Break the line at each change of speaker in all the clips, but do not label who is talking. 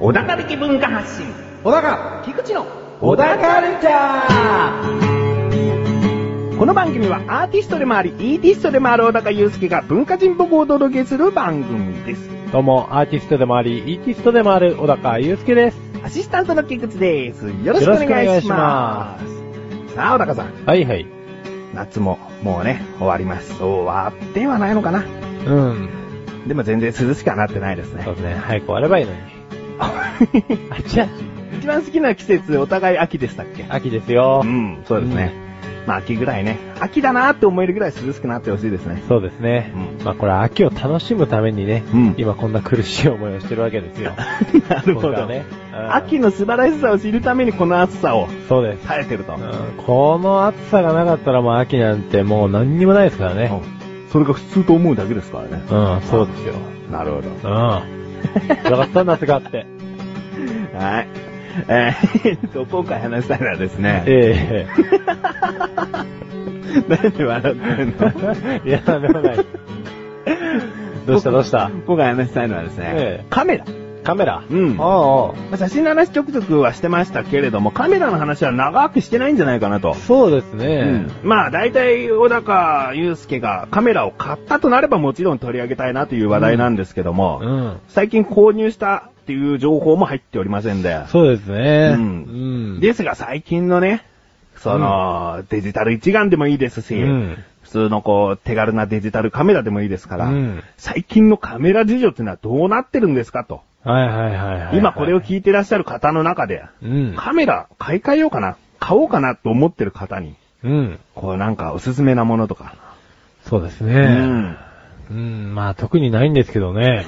小高的文化発信。
小高
菊池の
小高カルチャー
この番組はアーティストでもあり、イーティストでもある小高祐介が文化人っぽくお届けする番組です。
どうも、アーティストでもあり、イーティストでもある小高祐介です。
アシスタントの菊池です。よろしくお願いします。さあ、小高さん、
はいはい。
夏ももうね、終わります。終わってはないのかな
うん。
でも全然涼しくはなってないですね
そ。うね、早く終わればいいのに。あちゃ、
一番好きな季節、お互い秋でしたっけ
秋ですよ
う。ん、そうですね。まあ秋ぐらいね、秋だなって思えるぐらい涼しくなってほしいですね。
そうですね。
う
まあこれ秋を楽しむためにね、
うん
今こんな苦しい思いをしてるわけ ですよ。
なるほ
僕は
ど。
ね
ね、
うん
秋の素晴らしさを知るためにこの暑さを
そうです。
耐えてると。
うんこの暑さがなかったらもう秋なんてもう何にもないですからね。
うんそれが普通と思うだけですからね。
うん、そうですよ。
なるほど。
うん。よかった、夏があって。
はい。えー、 と、今回話したいのはですね、
え
なんで笑ってるの
え いや、なんでもない。どうしたどうした
今回話したいのはですね、
ええ
カメラ。
カメラ
うん
あ
ま
あ。
あ写真の話ちょくちょくはしてましたけれども、カメラの話は長くしてないんじゃないかなと。
そうですね。
うん、まあ、大体、小高祐介がカメラを買ったとなればもちろん取り上げたいなという話題なんですけども、
うん。
最近購入したっていう情報も入っておりませんで。
そうですね。
うん
うん。
ですが最近のね、その、デジタル一眼でもいいですし、
うん
普通のこう、手軽なデジタルカメラでもいいですから、
うん
最近のカメラ事情っていうのはどうなってるんですかと。
はいはいはいはい。
今これを聞いてらっしゃる方の中で、
うん。
カメラ買い替えようかな、買おうかなと思ってる方に、
うん。
こうなんかおすすめなものとか。
そうです
う
ね。
ん。
うん。まあ特にないんですけ どね。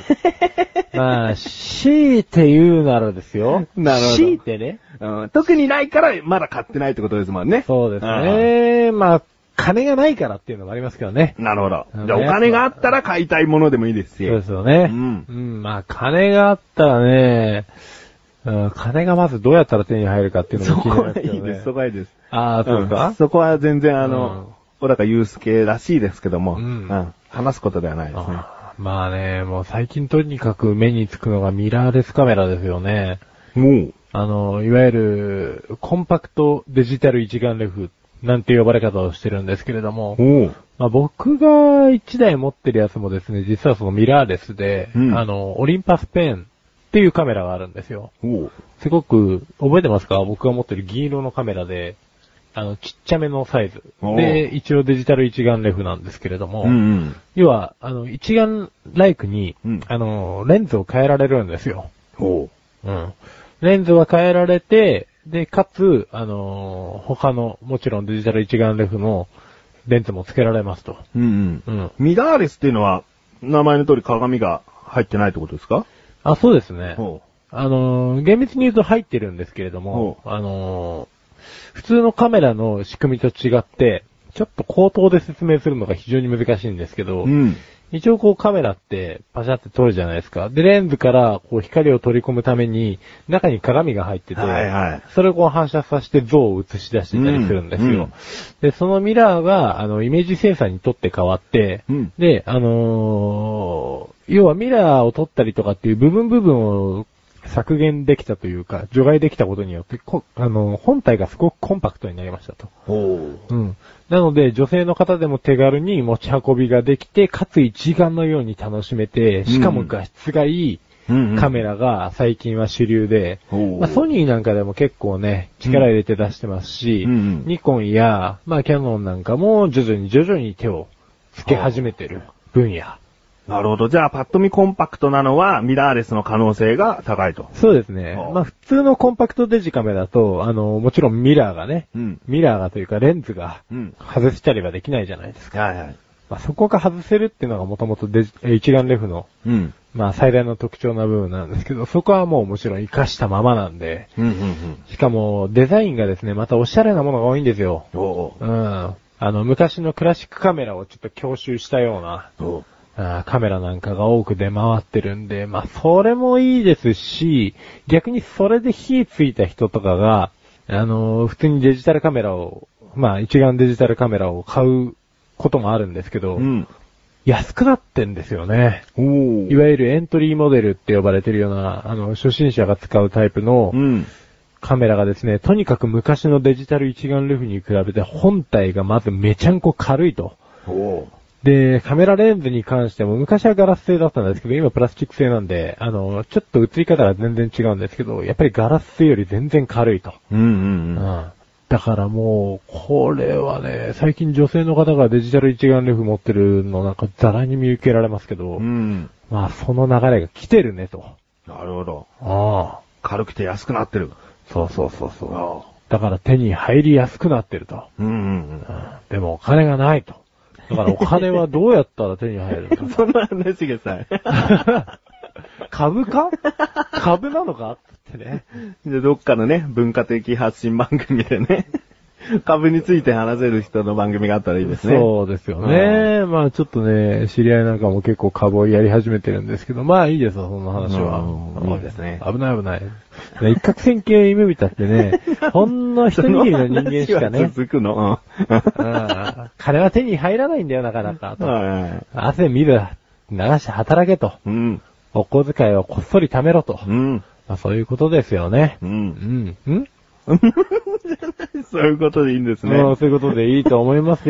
まあ、強いて言うならですよ。
なるほど
強いてね。
うん特にないからまだ買ってないってことですもんね。
そうですね。まあ、金がないからっていうのもありますけどね。
うん。なるほど。じゃあ
う
お
ん
金があったら買いたいものでもいいですし。
そうですよね。
うん
うん。まあ、金があったらね、うん、金がまずどうやったら手に入るかっていうの
そ
も気
こ
にな
は
る
いいです。そこはいいです。
ああ、そうですか、
んそこは全然あの、小高祐介らしいですけども、
う
うんん話すことではないですね。
あーまあね、もう最近とにかく目につくのがミラーレスカメラですよね。
もう、
あの、いわゆる、コンパクトデジタル一眼レフなんて呼ばれ方をしてるんですけれども、
おう
まあ、僕が1台持ってるやつもですね、実はそのミラーレスで、
うん
あの、オリンパスペンっていうカメラがあるんですよ。
おう
すごく、覚えてますか僕が持ってる銀色のカメラで、あの、ちっちゃめのサイズ。
おう
で、一応デジタル一眼レフなんですけれども、
うんうん。
要は、あの、一眼ライクに、
うん
あの、レンズを変えられるんですよ。
おう
うん。レンズは変えられて、で、かつ、あのー他の、もちろんデジタル一眼レフのレンズも付けられますと。
うんうん。
うん。
ミラーレスっていうのは、名前の通り鏡が入ってないってことですか
あ、そうですね。
おう
あのー厳密に言うと入ってるんですけれども、あのー普通のカメラの仕組みと違って、ちょっと口頭で説明するのが非常に難しいんですけど、
うん。
一応こうカメラってパシャって撮るじゃないですか。で、レンズからこう光を取り込むために中に鏡が入ってて、
はいはい
それをこう反射させて像を映し出してたりするんですよ。
うんうん
で、そのミラーがあのイメージセンサーにとって変わって、
うん
で、あのー要はミラーを撮ったりとかっていう部分部分を削減できたというか、除外できたことによって、こあのー本体がすごくコンパクトになりましたと。
おう
うん。なので、女性の方でも手軽に持ち運びができて、かつ一眼のように楽しめて、しかも画質がいい
うんうん
カメラが最近は主流で、
おう
まあ、ソニーなんかでも結構ね、力入れて出してますし、
うんうん
ニコンや、まあキャノンなんかも徐々に徐々に手をつけ始めてる分野。
なるほど。じゃあ、パッと見コンパクトなのは、ミラーレスの可能性が高いと。
そうですね
あ。あ
まあ普通のコンパクトデジカメだと、あの、もちろんミラーがね、
うん
ミラーがというかレンズが
うん
外したりはできないじゃないですか。
はいはい。
まあ、そこが外せるっていうのがもともとデジえー一眼レフの、
うん。
まあ、最大の特徴な部分なんですけど、そこはもうもちろん活かしたままなんで、
うんうんうん。
しかもデザインがですね、またおしゃれなものが多いんですよ。
おう
うん。あの、昔のクラシックカメラをちょっと強襲したような、
おう
あーカメラなんかが多く出回ってるんで、まあ、それもいいですし、逆にそれで火ついた人とかが、あのー普通にデジタルカメラをまあ一眼デジタルカメラを買うこともあるんですけど、
うん。
安くなってんですよね。
おー
いわゆるエントリーモデルって呼ばれてるような、あの、初心者が使うタイプの
うん。
カメラがですね、とにかく昔のデジタル一眼レフに比べて本体がまずめちゃんこ軽いと。
おー
で、カメラレンズに関しても昔はガラス製だったんですけど、今プラスチック製なんで、あの、ちょっと映り方が全然違うんですけど、やっぱりガラス製より全然軽いと。
うんうんうん。
うんだからもう、これはね、最近女性の方がデジタル一眼レフ持ってるのなんかザラに見受けられますけど、
うん。
まあその流れが来てるねと。
なるほど。
ああ。
軽くて安くなってる。
そうそうそうそう。
ああ。
だから手に入りやすくなってると。
うんうん
うんでもお金がないと。だからお金はどうやったら手に入る
う
の
ん。 そんな話がさ、
か。株か株なのかってね。
でどっかのね、文化的発信番組でね、 株について話せる人の番組があったらいいですね。
そうですよね。まあちょっとね、知り合いなんかも結構株をやり始めてるんですけど、まあいいですよ、そんな話
うん
は。
いいですね
危ない危ない。ね一攫千金を夢見たって ね、ほんの一
その
握りの
話
人間しか
は
ね、
続くの。うん
うん金は手に入らないんだよ、なかなか。と
はいはい
汗水流して働けと。
うん。
お小遣いをこっそり貯めろと。
うん。
まあ、そういうことですよね。
う。
うんん。うん
そういうことでいいんですね。
うんそういうことでいいと思います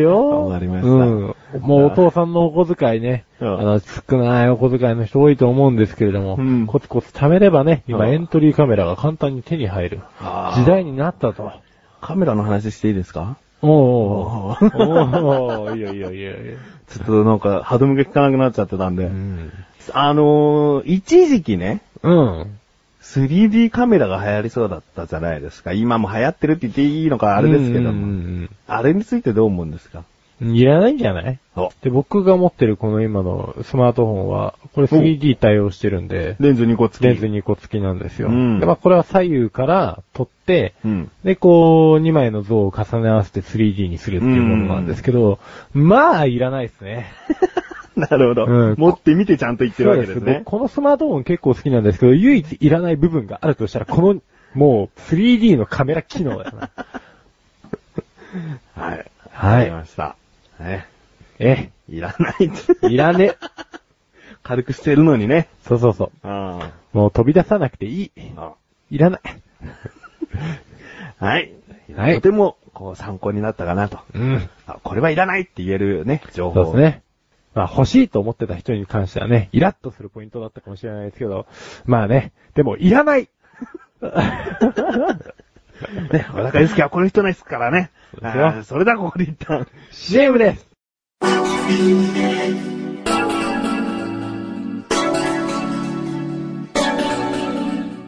よ。
わかりました
うん。もうお父さんのお小遣いね、
うん
あの、少ないお小遣いの人多いと思うんですけれども、
うん
コツコツ貯めればね、
う
今
ん
エントリーカメラが簡単に手に入る
あー
時代になったと。
カメラの話していいですか
おお
お
ーお ーいいよいいよいいよいいよ。
ちょっとなんか歯止めが効かなくなっちゃってたんで。
うん。
あのー、一時期ね、
うん。
3D カメラが流行りそうだったじゃないですか。今も流行ってるって言っていいのかあれですけど
う
も。
ん
あれについてどう思うんですか
うんうん。いらないんじゃない
お
で、僕が持ってるこの今のスマートフォンは、これ 3D 対応してるんで、
レンズ2個付き。
レンズ2個付きなんですよ。
うん
で、まあこれは左右から撮って、
うん。
で、こう、2枚の像を重ね合わせて 3D にするっていうものなんですけど、まあ、いらないですね。
なるほど、
うん
持ってみてちゃんと言ってるわけです
僕
ね。
このスマートフォン結構好きなんですけど、唯一いらない部分があるとしたら、この、もう、3D のカメラ機能だよな。
はい。
はい
わかりました。ね。
え、
いらないって。
いらね。
軽くしてるのにね。
そうそうそ
あ
う。もう飛び出さなくていい。
あ
いらない。
はい。
はい
とても、こう、参考になったかなと。
うん。
あこれはいらないって言えるね、情
そ
報。
うです。ね。まあ欲しいと思ってた人に関してはね、イラッとするポイントだったかもしれないですけど、まあね、でもいらない
ね、小高祐介はこの人ですからね。
そうですよ
あーそれではここで一旦。
!CM です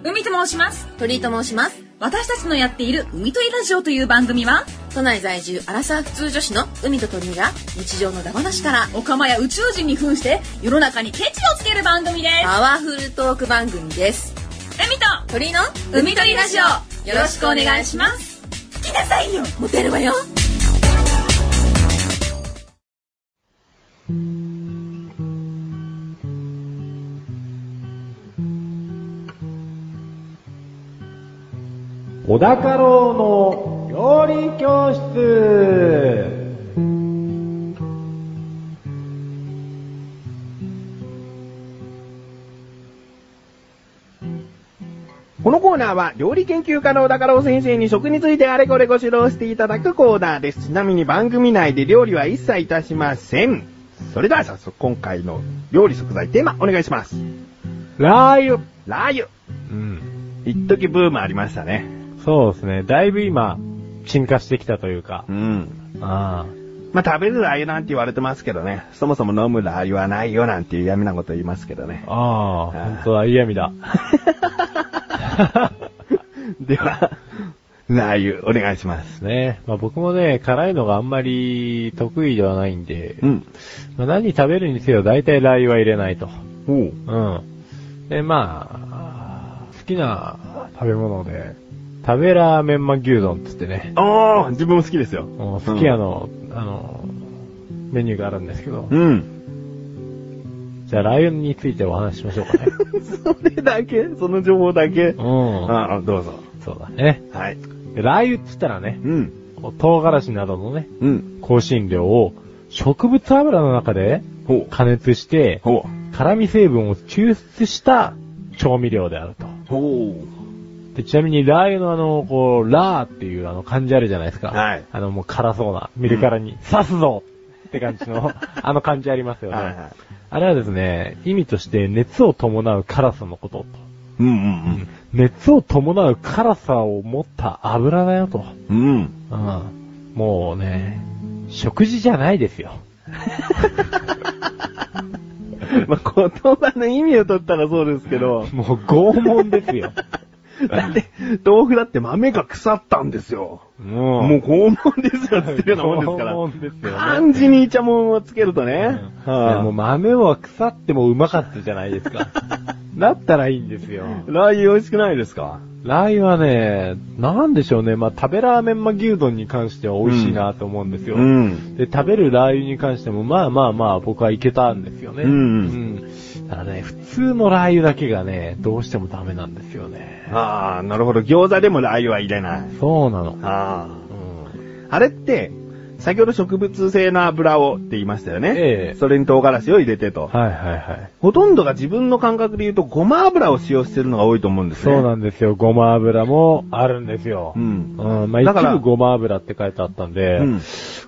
海と申します。
鳥居と申します。
私たちのやっている海といラジオという番組は、
都内在住、アラサー普通女子の海と鳥居が日常のダバなしから
お釜や宇宙人に扮して世の中にケチをつける番組で
パワフルトーク番組です。
す。海と
鳥居の
海といラジオ、よろしくお願いします。聞きなさいよ
モテるわよ。
小高郎の料理教室
このコーナーは、料理研究家の小高郎先生に食についてあれこれご指導していただくコーナーです。ちなみに番組内で料理は一切いたしません。それでは早速、今回の料理食材テーマ、お願いします。
ラー油
ラー油。
うん。
一時ブームありましたね。
そうですね。だいぶ今、進化してきたというか。
うん。
ああ。
まあ、食べるラー油なんて言われてますけどね。そもそも飲むラー油はないよなんていう嫌味なこと言いますけど ね。
ああ、
ー
本当だ、嫌味 だ。
では、ラー油、お願いします。
ね。まあ僕もね、辛いのがあんまり得意ではないんで、
うん。
まあ何食べるにせよ大体ラー油は入れないと。
おう。
うん。で、まあ、好きな食べ物で、食べラーメンマ牛丼っつってね、
ああ、自分も好きですよ。
もう好き家の、あの、メニューがあるんですけど
う、ん。
じゃあラー油についてお話ししましょうかね。
それだけその情報だけ
うん。
ああ、どうぞ。
そうだね。
はい。
でラー油っつったらね、
うん。
唐辛子などのね、
うん。
香辛料を植物油の中で
ほう。
加熱して、
ほ
辛味成分を抽出した調味料であると。
う。ほ
でちなみにラー油のあの、こう、ラーっていうあの漢字あるじゃないですか。
はい
あのもう辛そうな、見るからに、刺すぞって感じ の、あの漢字あります
う。
よ
は
ね。
いはい。
あれはですね、意味として熱を伴う辛さのことと。
うんうん
熱を伴う辛さを持った油だよと。
うん。うん。
うん。もうね、食事じゃないですよ。
まあ、言葉の意味を取ったらそうですけ ど、
もう拷問です よ。
だって、豆腐だって豆が腐ったんですよ。
も
もう拷問ですよ、つってるようなもんですから。
拷問ですよね
漢字にイチャモンをつけるとね。
い やもう
は
豆は腐ってもうまかったじゃないです か。だったらいいんですよ。
い。ラー油美味しくないですか
ラー油はね、なんでしょうね。まあ、食べラーメンマ牛丼に関しては美味しいなと思うんですよ。
ん。
で、食べるラー油に関しても、まあまあまあ、僕はいけたんですよね。
うん
うんただね、普通のラー油だけがね、どうしてもダメなんですよね。
ああ、なるほど。餃子でもラー油は入れない。
そうなの。
あ
う
あ。
ん。
あれって、先ほど植物性の油をって言いましたよね。
ええ
それに唐辛子を入れてと。
はいはいはい。
ほとんどが自分の感覚で言うと、ごま油を使用してるのが多いと思うんですね。
そうんなんですよ。ごま油もあるんですよ。
うん
うん。まあ、
だから
一部ごま油って書いてあったんで、
うん。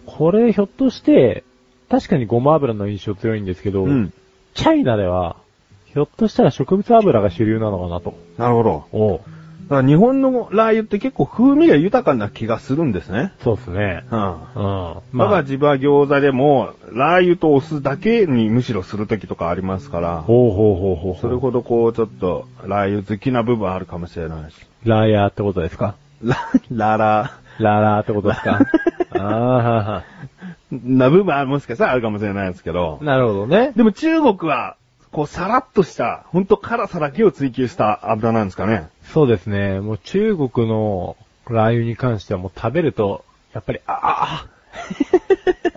これひょっとして、確かにごま油の印象強いんですけど、
うん。
チャイナでは、ひょっとしたら植物油が主流なのかなと。
なるほど。
おう
だから日本のラー油って結構風味が豊かな気がするんですね。
そうですね。
うん。
うん。ま
だから自分は餃子でも、ラー油とお酢だけにむしろするときとかありますから、
ほうほうほうほうほう。
それほどこう、ちょっと、ラー油好きな部分あるかもしれないし。
ラーヤーってことですか
ラ、 ララ
ラーラーってことですかあーはは
な部分はもしかしたらあるかもしれないですけど、
なるほどね。
でも中国は、こう、さらっとした、ほんと辛さだけを追求した油なんですかね。
そうですね。もう中国のラー油に関してはもう食べると、やっぱり、あ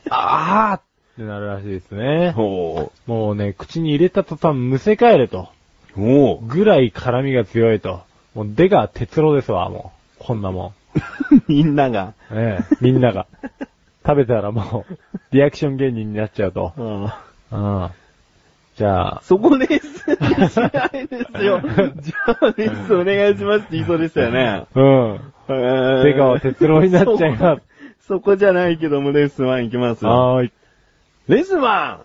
あああってなるらしいですね。
ほ
もうね、口に入れた途端むせ返ると。
う。おう。
ぐらい辛味が強いと。もう出が鉄郎ですわ、もう。こんなも ん。
みんなが。
ええ、みんな が。食べたらもう、リアクション芸人になっちゃうと。
うん。
うん。じゃあ、
そこです。 違いですよ。じゃあです、お願いしますって言いそうでしたよね。
うん。
出
出川哲郎になっちゃ います。
そこじゃないけども、レース1行きます。
はーい。
レース 1!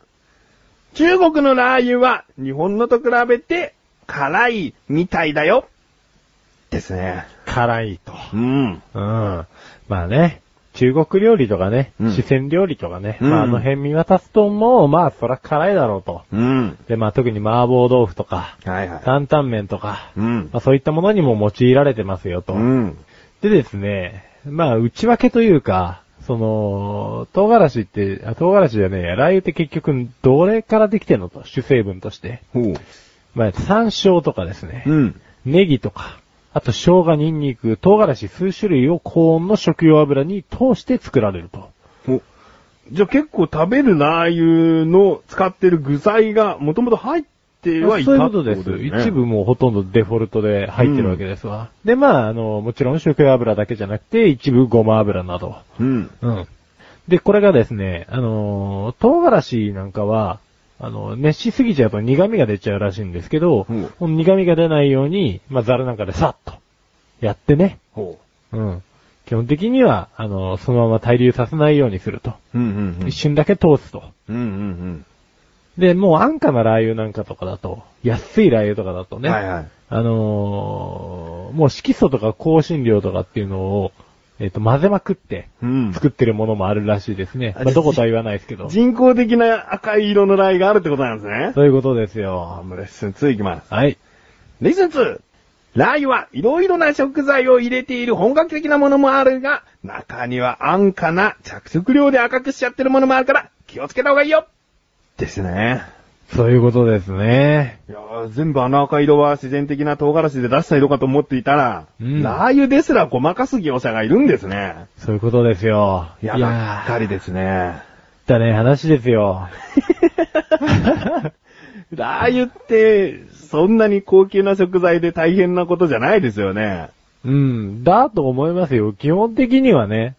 中国のラー油は日本のと比べて辛いみたいだよ。ですね。
辛いと。
うん。
うん。まあね、中国料理とかね、
うん
四川料理とかね、
うん
まああの辺見渡すともう、まあそら辛いだろうと。
うん。
で、まあ特に麻婆豆腐とか、
はいはい。
担々麺とか、
うん。
まあそういったものにも用いられてますよと。
うん。
でですね、まあ、内訳というか、その、唐辛子って、あ、唐辛子じゃねえや、ラー油って結局、どれからできてんのと、主成分として。
ほう。
まあ、山椒とかですね、
うん。
ネギとか、あと生姜、ニンニク、唐辛子数種類を高温の食用油に通して作られると。
おじゃあ結構食べるラー油の使ってる具材がもともと入ってはいた
そういう
っ
こ
てこと
と
で
ですす。
ね。
一部もうほとんどデフォルトで入ってるわけですわ。で、まあ、あの、もちろん食用油だけじゃなくて、一部ごま油など。
うん。
うん。で、これがですね、あのー唐辛子なんかは、あの、熱しすぎちゃうと苦味が出ちゃうらしいんですけど、
うん
この苦味が出ないように、まあ、ザルなんかでさっと、やってね。
ほ
うん。基本的には、あのそのまま対流させないようにすると。
う。うんうんうん
一。瞬だけ通すと。
うんうん
で、もう安価なラー油なんかとかだと、安いラー油とかだと
うん。
ね、
はいはい。
あのーもう色素とか香辛料とかっていうのを、えっ、と、混ぜまくって、
うん
作ってるものもあるらしいですね。
あ
まあ、どことは言わないですけど。
人工的な赤い色のライがあるってことなんですね。
そういうことです
あ
よ。
もうレッスン2いきます。
はい。
レッスン 2! ラー油はいろいろな食材を入れている本格的なものもあるが、中には安価な着色料で赤くしちゃってるものもあるから、気をつけた方がいいよですね。
そういうことですね。
いやー全部あの赤色は自然的な唐辛子で出した色かと思っていたら、
うん
ラー油ですらごまかす業者がいるんですね。
そういうことですよ。
いや、
い
がっか
ー
りですね。
だね、話ですよ。
ラー油って、そんなに高級な食材で大変なことじゃないですよね。
うん、だと思いますよ。基本的にはね、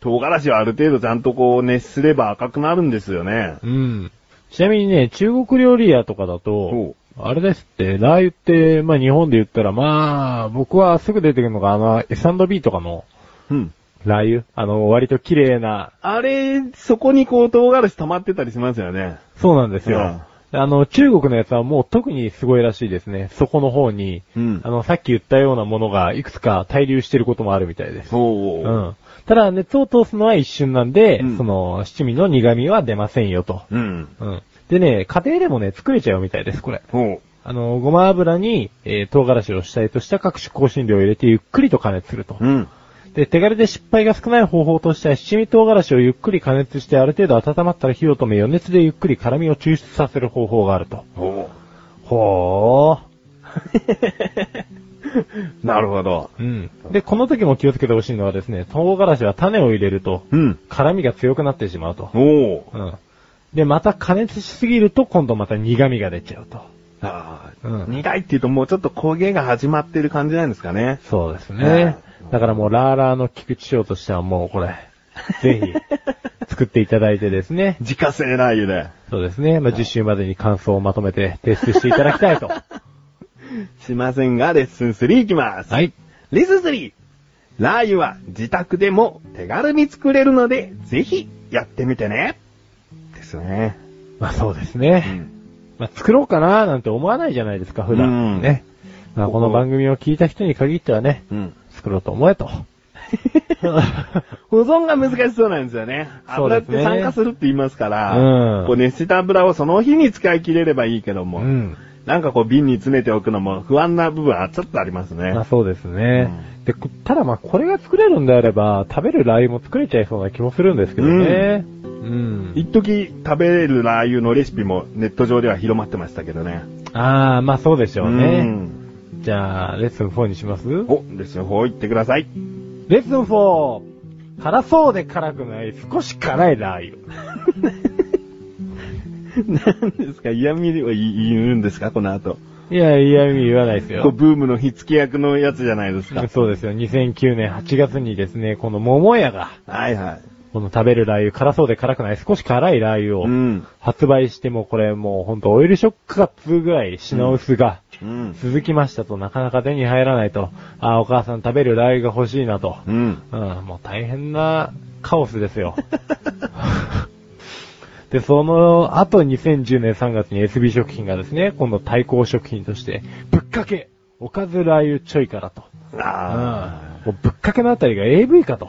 唐辛子はある程度ちゃんとこう熱すれば赤くなるんですよね。
うん。ちなみにね、中国料理屋とかだと
ほ、
あれですって、ラー油って、まあ日本で言ったら、まあ、僕はすぐ出てくるのが、あの、S&B とかの
うん。
ラー油。あの、割と綺麗な、
あれ、そこにこう唐辛子溜まってたりしますよね。
そうなんですよ。あの、中国のやつはもう特にすごいらしいですね。そこの方に、
うん
あの、さっき言ったようなものがいくつか滞留してることもあるみたいです。
そう。
うん。ただ、熱を通すのは一瞬なんで、
うん
その、七味の苦味は出ませんよと。
うん。
うん。でね、家庭でもね、作れちゃうみたいです、これ。
ほ
あの、ごま油に、えー唐辛子を主体とした各種香辛料を入れてゆっくりと加熱すると
う。。うん。
で、手軽で失敗が少ない方法としては、七味唐辛子をゆっくり加熱して、ある程度温まったら火を止め、余熱でゆっくり辛味を抽出させる方法があると。
ほ
ほー。
う。なるほど。
うん。で、この時も気をつけてほしいのはですね、唐辛子は種を入れると、
うん。
辛味が強くなってしまうと。
おう。
うん。で、また加熱しすぎると、今度また苦味が出ちゃうと。
ああ、
うん
苦いって言うともうちょっと焦げが始まってる感じなんですかね。
そうですね。だからもう、ラーラーの菊池賞としてはもうこれ、ぜひ、作っていただいてですね。
自家製ラー油
そうですね。まあ、10週までに感想をまとめて提出していただき たいと。
で。しませんが、レッスン3いきます。
はい。
レッスン 3! ラー油は自宅でも手軽に作れるので、ぜひやってみてね。ですね。
まあ、そうです
う
ね。
ん。
まあ、作ろうかななんて思わないじゃないですか、普
う
段。
ん
ね。まあ、この番組を聞いた人に限ってはね、
うん。
作ろうと思えと。
保存が難しそうなんですよね。
そう
油っ
ですね
て酸化するって言いますから、
うん
こう熱した油をその日に使い切れればいいけど
う
も、
ん。
なんかこう瓶に詰めておくのも不安な部分はちょっとありますね。
まあ、そうですね。で、こただまあ、これが作れるんであれば、食べるラー油も作れちゃいそうな気もするんですけどね。うん。
一時食べれるラー油のレシピもネット上では広まってましたけどね。
ああ、まあそうでしょう
う
ね。
ん
じゃあ、レッスン4にします
お、ですよ、ほう言ってください。
レッスン 4! 辛そうで辛くない、少し辛いラー油。
何ですか嫌味を言い言うんですかこの後。
いや、嫌味言わないです
こう
よ。
ブームの火付け役のやつじゃない ですか。
そうですよ。2009年8月にですね、この桃屋が、
はいはい。
この食べるラー油、辛そうで辛くない、少し辛いラ
う
ー油を
ん。
発売しても、これもうほんとオイルショックかっつうぐらい品薄が
うん。
続きましたと、なかなか手に入らないと、ああ、お母さん食べるラー油が欲しいなと。
うん。
うん、もう大変なカオスですよ。 で、その後2010年3月に SB 食品がですね、今度対抗食品として、ぶっかけおかずラー油ちょいからと。うん。
あ
もうぶっかけのあたりが AV かと。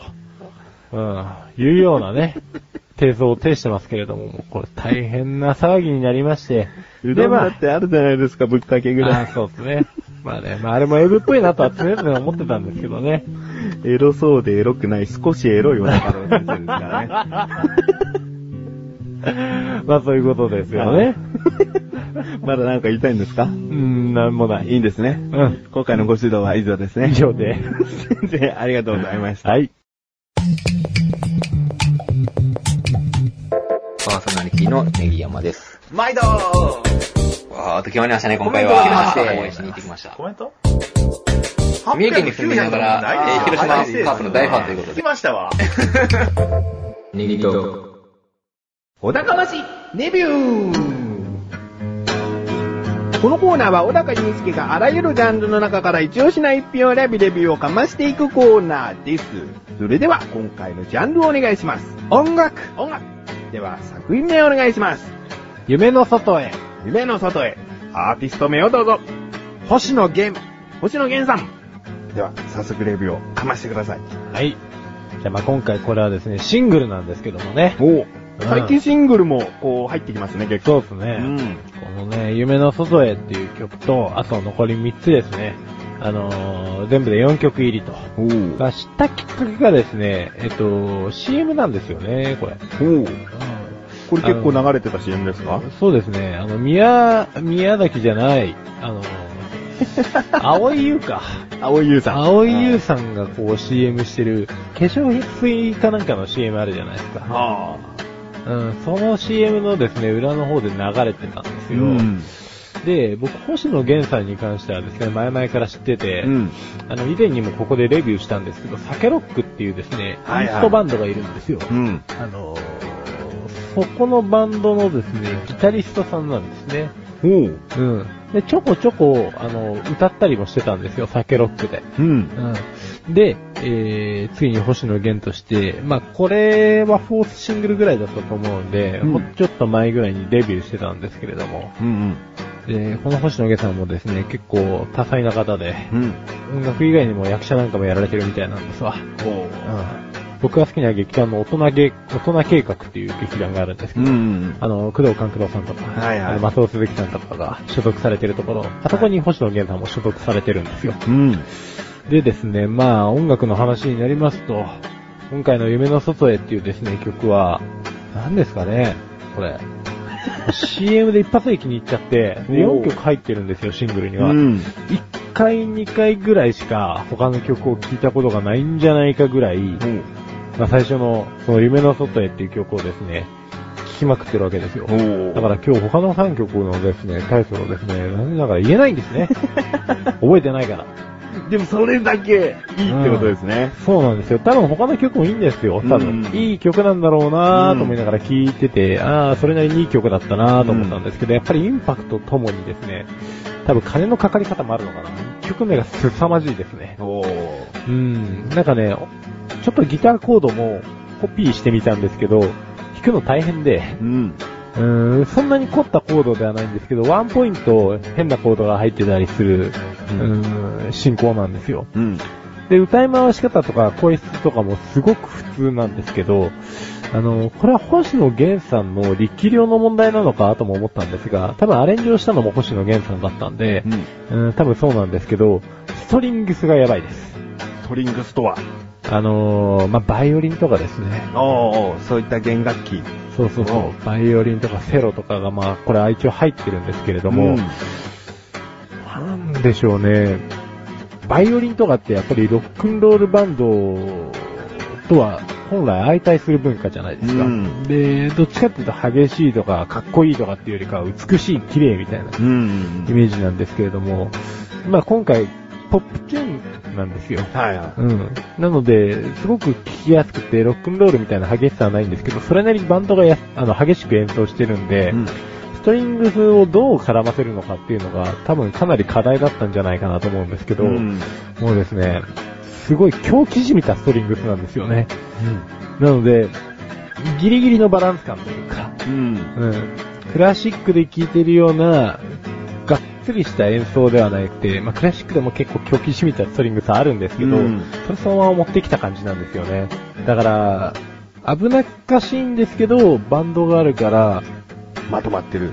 うん。いうようなね、 提訴を呈してますけれども、もうこれ大変な騒ぎになりまして。
あ。うどん
ま
だ
あ
ってあるじゃないですか、ぶっかけぐ
あ
ら
あ
い。
そうですね。まあね、まああれも AV っぽいなとは常々思ってたんですけどね。
エロそうでエロくない、少しエロいお腹の先生で すからね。
まあそういうことですよね。
まだなんか言いたいんですか
うん、なんもない。
いいんですね。
うん。
今回のご指導は以上ですね。
以。上で。
先生、ありがとうございました。
はい。
パーソナリティのネギ山です。
毎度
わーっと決まりましたね、今回
コメントが来ま
は。
して
応援しに行ってきました。
コメント
三重県に住んでいながらえー広島カープの大ファンということで
来ましたわ。
ネギと。
小高ましレビューこのコーナーは小高祐介があらゆるジャンルの中から一押しな一品を選びレビューをかましていくコーナーです。それでは今回のジャンルをお願いします。
音楽
音楽では作品名をお願いします。
夢の外へ
夢の外へアーティスト名をどうぞ。
星野源
星野源さん。では早速レビューをかましてください。
はい。じゃあまあ今回これはですね、シングルなんですけどもね。
お
最
最
近
近シングルもこう入ってきますね、結構。
そうで
う
すね。
ん。
このね、夢の外へっていう曲と、あと残り3つですね。あのー、全部で4曲入りと。
おう
が知ったきっかけがですね、えっと、CM なんですよね、これ。
おうこれ結構流れてた CM ですか
そうですね、あの、宮、宮崎じゃない、あの、 青井優か。
青井優さん。
青井優さんがこう CM してる、化粧水かなんかの CM あるじゃないですか。
ああ。
うん、その CM のですね、裏の方で流れてたんですよ。で、僕、星野源さんに関してはですね、前々から知ってて、
うん。
あの、以前にもここでレビューしたんですけど、サケロックっていうですね、
はいはい
インストバンドがいるんですよ。
うん。
あのーそこのバンドのですね、ギタリストさんなんですね。
おう。
うん。で、ちょこちょこ、あの、歌ったりもしてたんですよ、サケロックで。
うん。
うん。で、えー、ついに星野源として、まあ、これはフォースシングルぐらいだったと思うんで、
うん
もうちょっと前ぐらいにデビューしてたんですけれども、
うん
でこの星野源さんもですね、結構多彩な方で、
うん。うん。
音楽以外にも役者なんかもやられてるみたいなんですわ。
おう。
僕が好きな劇団の大人げ大人計画っていう劇団があるんですけ
う
ど、
ん。
あの、工藤官九郎さんとか、
はいはい
あの松尾鈴木さんとかが所属されてるところ、あそこに星野源さんも所属されてるんですよ。
うん。
でですね、まあ音楽の話になりますと、今回の夢の外へっていうですね、曲は、何ですかね、これ。CM で一発で気に入っちゃって、で
おう
4曲入ってるんですよ、シングルには。
うん。
1回、2回ぐらいしか他の曲を聴いたことがないんじゃないかぐらい、まあ最初の、その夢の外へっていう曲をですね、聴きまくってるわけですよ。
おう。
だから今日他の3曲のですね、タイトルをですね、残念ながら言えないんです ね。覚えてないから。
ら、でもそれだけいいってことですね。
そうなんですよ。多分他の曲もいいんですよ。多分。
うん
いい曲なんだろうなぁと思いながら聴いてて、ああ、それなりにいい曲だったなぁと思ったんですけど、やっぱりインパクトともにですね、多分金のかかり方もあるのかな。曲名が凄まじいですね。
おう。
うん。なんかね、ちょっとギターコードもコピーしてみたんですけど、弾くの大変で、
うん。
うーん、そんなに凝ったコードではないんですけど、ワンポイント変なコードが入ってたりする、
う
うんーん、進行なんですよ。
うん。
で、歌い回し方とか声質とかもすごく普通なんですけど、あの、これは星野源さんの力量の問題なのかとも思ったんですが、多分アレンジをしたのも星野源さんだったんで
う、ん。
うん、多分そうなんですけど、ストリングスがやばいです。
ストリングスとは。
あのー、まあ、バイオリンとかですね。
おうおう、そういった弦楽器。
そうそう
う
そ
ん
う。バイオリンとかセロとかが、まあ、これは一応入ってるんですけれども、
うん
なんでしょうね。バイオリンとかってやっぱりロックンロールバンドとは本来相対する文化じゃないですか。
うん
で、どっちかっていうと激しいとかかっこいいとかっていうよりかは美しい、綺麗みたいな
うん
イメージなんですけれども、まあ今回ポップチューンなんですよ。
はいは
うん。なので、すごく聞きやすくて、ロックンロールみたいな激しさはないんですけど、それなりにバンドがやあの激しく演奏してるんで、
い。うん。
ストリングスをどう絡ませるのかっていうのが、多分かなり課題だったんじゃないかなと思うんですけど、
うん
もうですね、すごい狂気じみたストリングスなんですよね。なので、ギリギリのバランス感というか、
うん。
うん、クラシックで聴いてるような、がっつりした演奏ではなくて、まあ、クラシックでも結構狂気じみたストリングスあるんですけど、
うん
それそのまま持ってきた感じなんですよね。だから、危なっかしいんですけど、バンドがあるから、
まとまってる。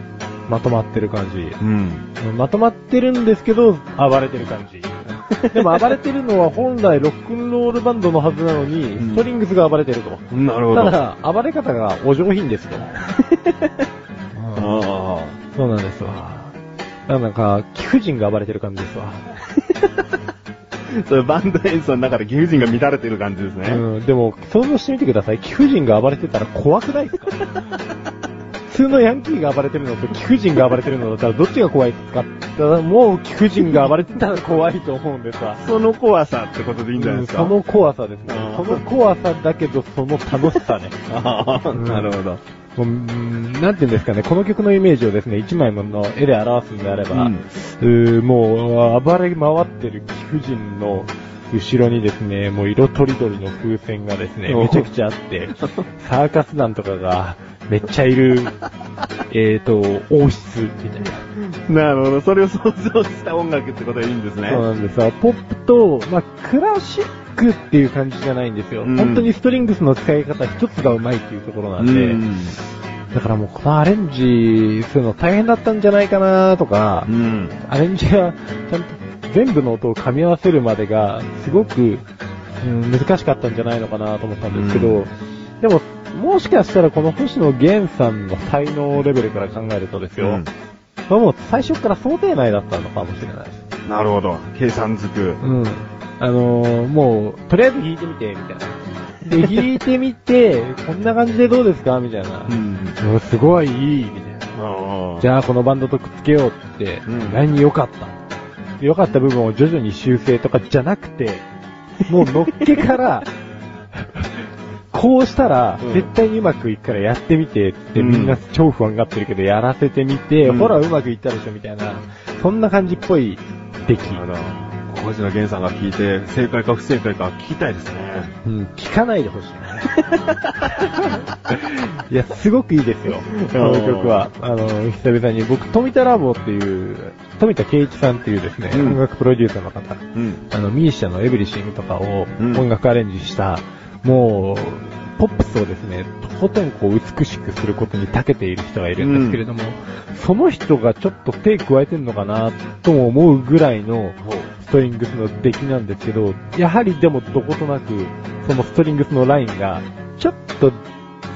まとまってる感じ。
うん。
まとまってるんですけど、暴れてる感じ。 でも暴れてるのは本来ロックンロールバンドのはずなのに、
うん
ストリングスが暴れてると。
なるほど。
ただ、暴れ方がお上品ですと。うん
あ
そうなんですわ。なんか、貴婦人が暴れてる感じですわ。
あ。それバンド演奏の中で貴婦人が乱れてる感じですね。
うん、でも、想像してみてください。貴婦人が暴れてたら怖くない ですか普通のヤンキーが暴れてるのと貴婦人が暴れてるのだったらどっちが怖いですかただもう貴婦人が暴れてたら怖いと思うんですわ。
その怖さってことでいいんじゃないですか。
その怖さですね
あ。
そ
ー
の怖さだけど、その楽しさ ね。
ああ、
うん
なるほど。
もううーんなんていうんですかね、この曲のイメージをですね、一枚の絵で表すんであれば、
う
うんーもう、暴れ回ってる貴婦人の後ろにですね、もう色とりどりの風船がですね、
お
めちゃくちゃあ って、サーカス団とかがめっちゃい る、えっと、王室みたいな。
なるほど。それを想像した音楽ってことでいいんですね。
そうなんですわ。ポップと、まあ、クラシックっていう感じじゃないんですよ。
うん
本当にストリングスの使い方一つがうまいっていうところなん
う
で、
ん。
だからもうこのアレンジするの大変だったんじゃないかなとか、
うん。
アレンジがちゃんと全部の音を噛み合わせるまでがすごく、うん難しかったんじゃないのかなと思ったんですけど、
う
でも、もしかしたらこの星野源さんの才能レベルから考えるとですよ、
うん
まあもう最初から想定内だったのかもしれないです。
なるほど。計算づく。
うん。あのーもう、とりあえず弾いてみて、みたいな。で、 弾いてみて、こんな感じでどうですかみたいな。
うん。
うんすごいいい、みたいな。
うん
じゃあこのバンドとくっつけようって
うん、
何良かった、良かった部分を徐々に修正とかじゃなくて、もうのっけ から、こうしたら
うん
絶対にうまくいくからやってみてって
うん
みんな超不安がってるけどやらせてみて、
うん
ほらうまくいったでしょみたいな、そんな感じっぽい出来。
あら、星野源さんが聞いて、正解か不正解か聞きたいですね。
うん、聞かないで ほしい。いや、すごくいいですよ。この曲は。あの、久々に僕、富田ラボっていう、富田圭一さんっていうですね、
うん
音楽プロデューサーの方、
うん。
あの、ミーシャのエブリシングとかを
うん
音楽アレンジした、もう、ポップスをですね、とことんこう美しくすることに長けている人がいるんですけれども、その人がちょっと手加えてんのかな、とも思うぐらいの、ストリングスの出来なんですけど、やはりでもどことなく、そのストリングスのラインが、ちょっと、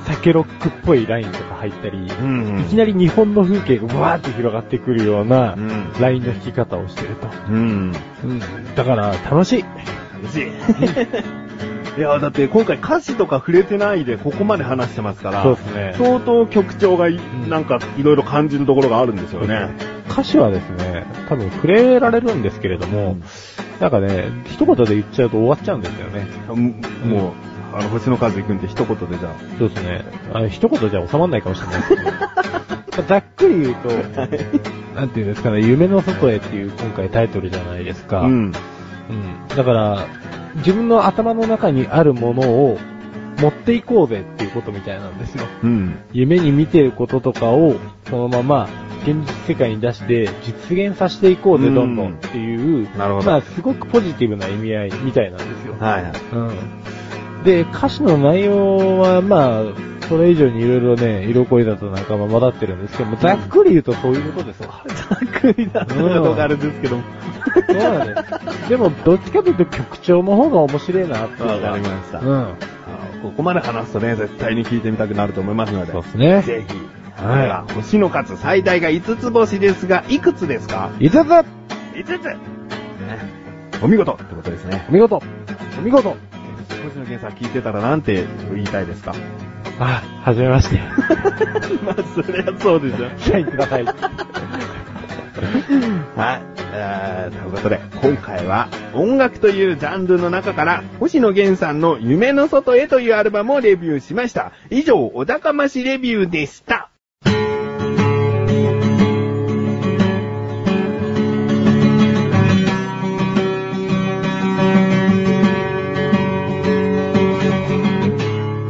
酒ロックっぽいラインとか入ったり、
うん。
いきなり日本の風景がわーって広がってくるような
うん、
ラインの弾き方をしてると。
うん。
だから、楽しい。
楽しい。いや、だって今回歌詞とか触れてないでここまで話してますから、
そうですね。
相当曲調がい
ん
なんかいろいろ感じるところがあるんですよね。
歌詞はですね、多分触れられるんですけれども、なんかね、一言で言っちゃうと終わっちゃうんですよね。
うんもう、あの、星の数行くんで一言でじゃ
そうですね。あの一言じゃ収まらないかもしれないですけ どまあざっくり言うと、なんていうんですかね、夢の外へっていう今回タイトルじゃないです
あ。
か。
うん。
うんだから、自分の頭の中にあるものを持っていこうぜっていうことみたいなんですよ。
うん。
夢に見てることとかを、そのまま現実世界に出して実現させていこうぜ、どんどんっていう、
なるほど
まあ、すごくポジティブな意味合いみたいなんですよ。
はいはい。
うん。で、歌詞の内容は、まあ、それ以上にいろいろね、色恋だとなんかまあ混ざってるんですけども、ざっくり言うとそういうことですわ。
ざっくりだったのがあれですけど。
そうなんです。でも、どっちかというと曲調の方が面白いなっていうのが。
わかりました
うん。
あここまで話すとね、絶対に聞いてみたくなると思いますので。
そうですね。
ぜひ。
はい
では星の数最大が5つ星ですが、いくつですか
いざざ
?5 つ、ねお見事ってことですね。
お見事お見事
星野源さん聞いてたらなんて言いたいですか
あ、はじめま し て。
まあ、そりゃそうでしょ。
サインください。
はい。えーということで、今回は音楽というジャンルの中から、星野源さんの夢の外へというアルバムをレビューしました。以上、お高ましレビューでした。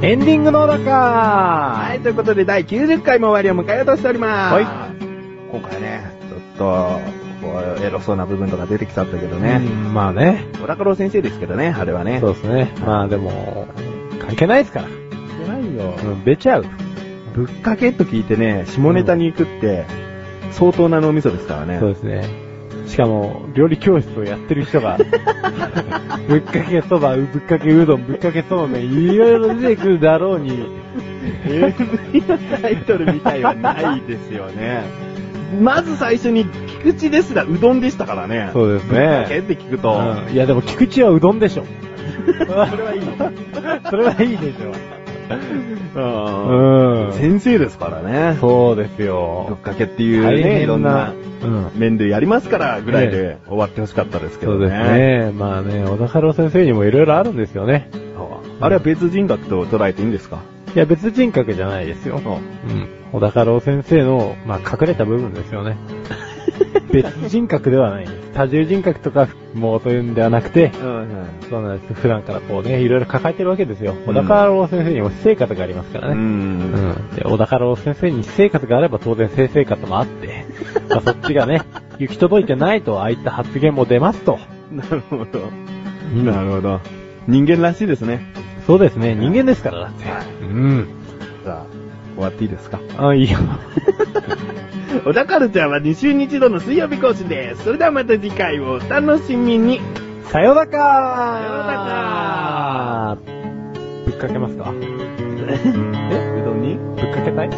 エンディングの中
はい、ということで第90回も終わりを迎えようとしております。
はい。
今回ね、ちょっと、こう、エロそうな部分とか出てきちゃったけど
ね
ね。。
まあね。
小高郎先生ですけどね、あれはね。。
そううですね。まあでも、関係ないですから。
ないよ
うん、出ちゃう。
ぶっかけと聞いてね、下ネタに行くって、相当な脳みそですからね。
そうですね。しかも、料理教室をやってる人 が、ぶっかけそば、ぶっかけうどん、ぶっかけそうめん、いろいろ出てくるだろうに、
AV のタイトルみたいはないですよね。まず最初に、菊池ですら、うどんでしたからね。
そうですね
ぶっかけって聞くと、
うんいやでも菊池はうどんでしょ。
それはいいの。
それはいいでしょ。
うん
うん
先生ですからね。
そうです
ぶっ
よ。
かけっていうね、いろんな
うん。
面でやりますからぐらいで終わってほしかったですけ
そ
ど
う
ね。
ですね。まあね、小田郎先生にもいろいろあるんですよね。
そうあれは別人格と捉えていいんですか
いや、別人格じゃないですよ。うん。小田郎先生の、まあ、隠れた部分ですよ ね。別人格ではない。多重人格とか、もうというんではなくて、
うん。
そうなんです。普段からこうね、いろいろ抱えてるわけですよ。小田郎先生にも私生活がありますから
う。
ね。うんん。で、小田郎先生に私生活があれば当然性生活もあ って、まあそっちがね、行き届いてないと、ああいった発言も出ますと。
なるほど。なるほど。人間らしいですね。
そうですね、人間ですから、だって。うん。
じゃあ、終わっていいですか
あ、いいよ。
小田カルチャーは2週に一度の水曜日更新です。それではまた次回をお楽しみに。
さよなら
さよな
ぶっかけますかぶ
えうどんに
っかけたい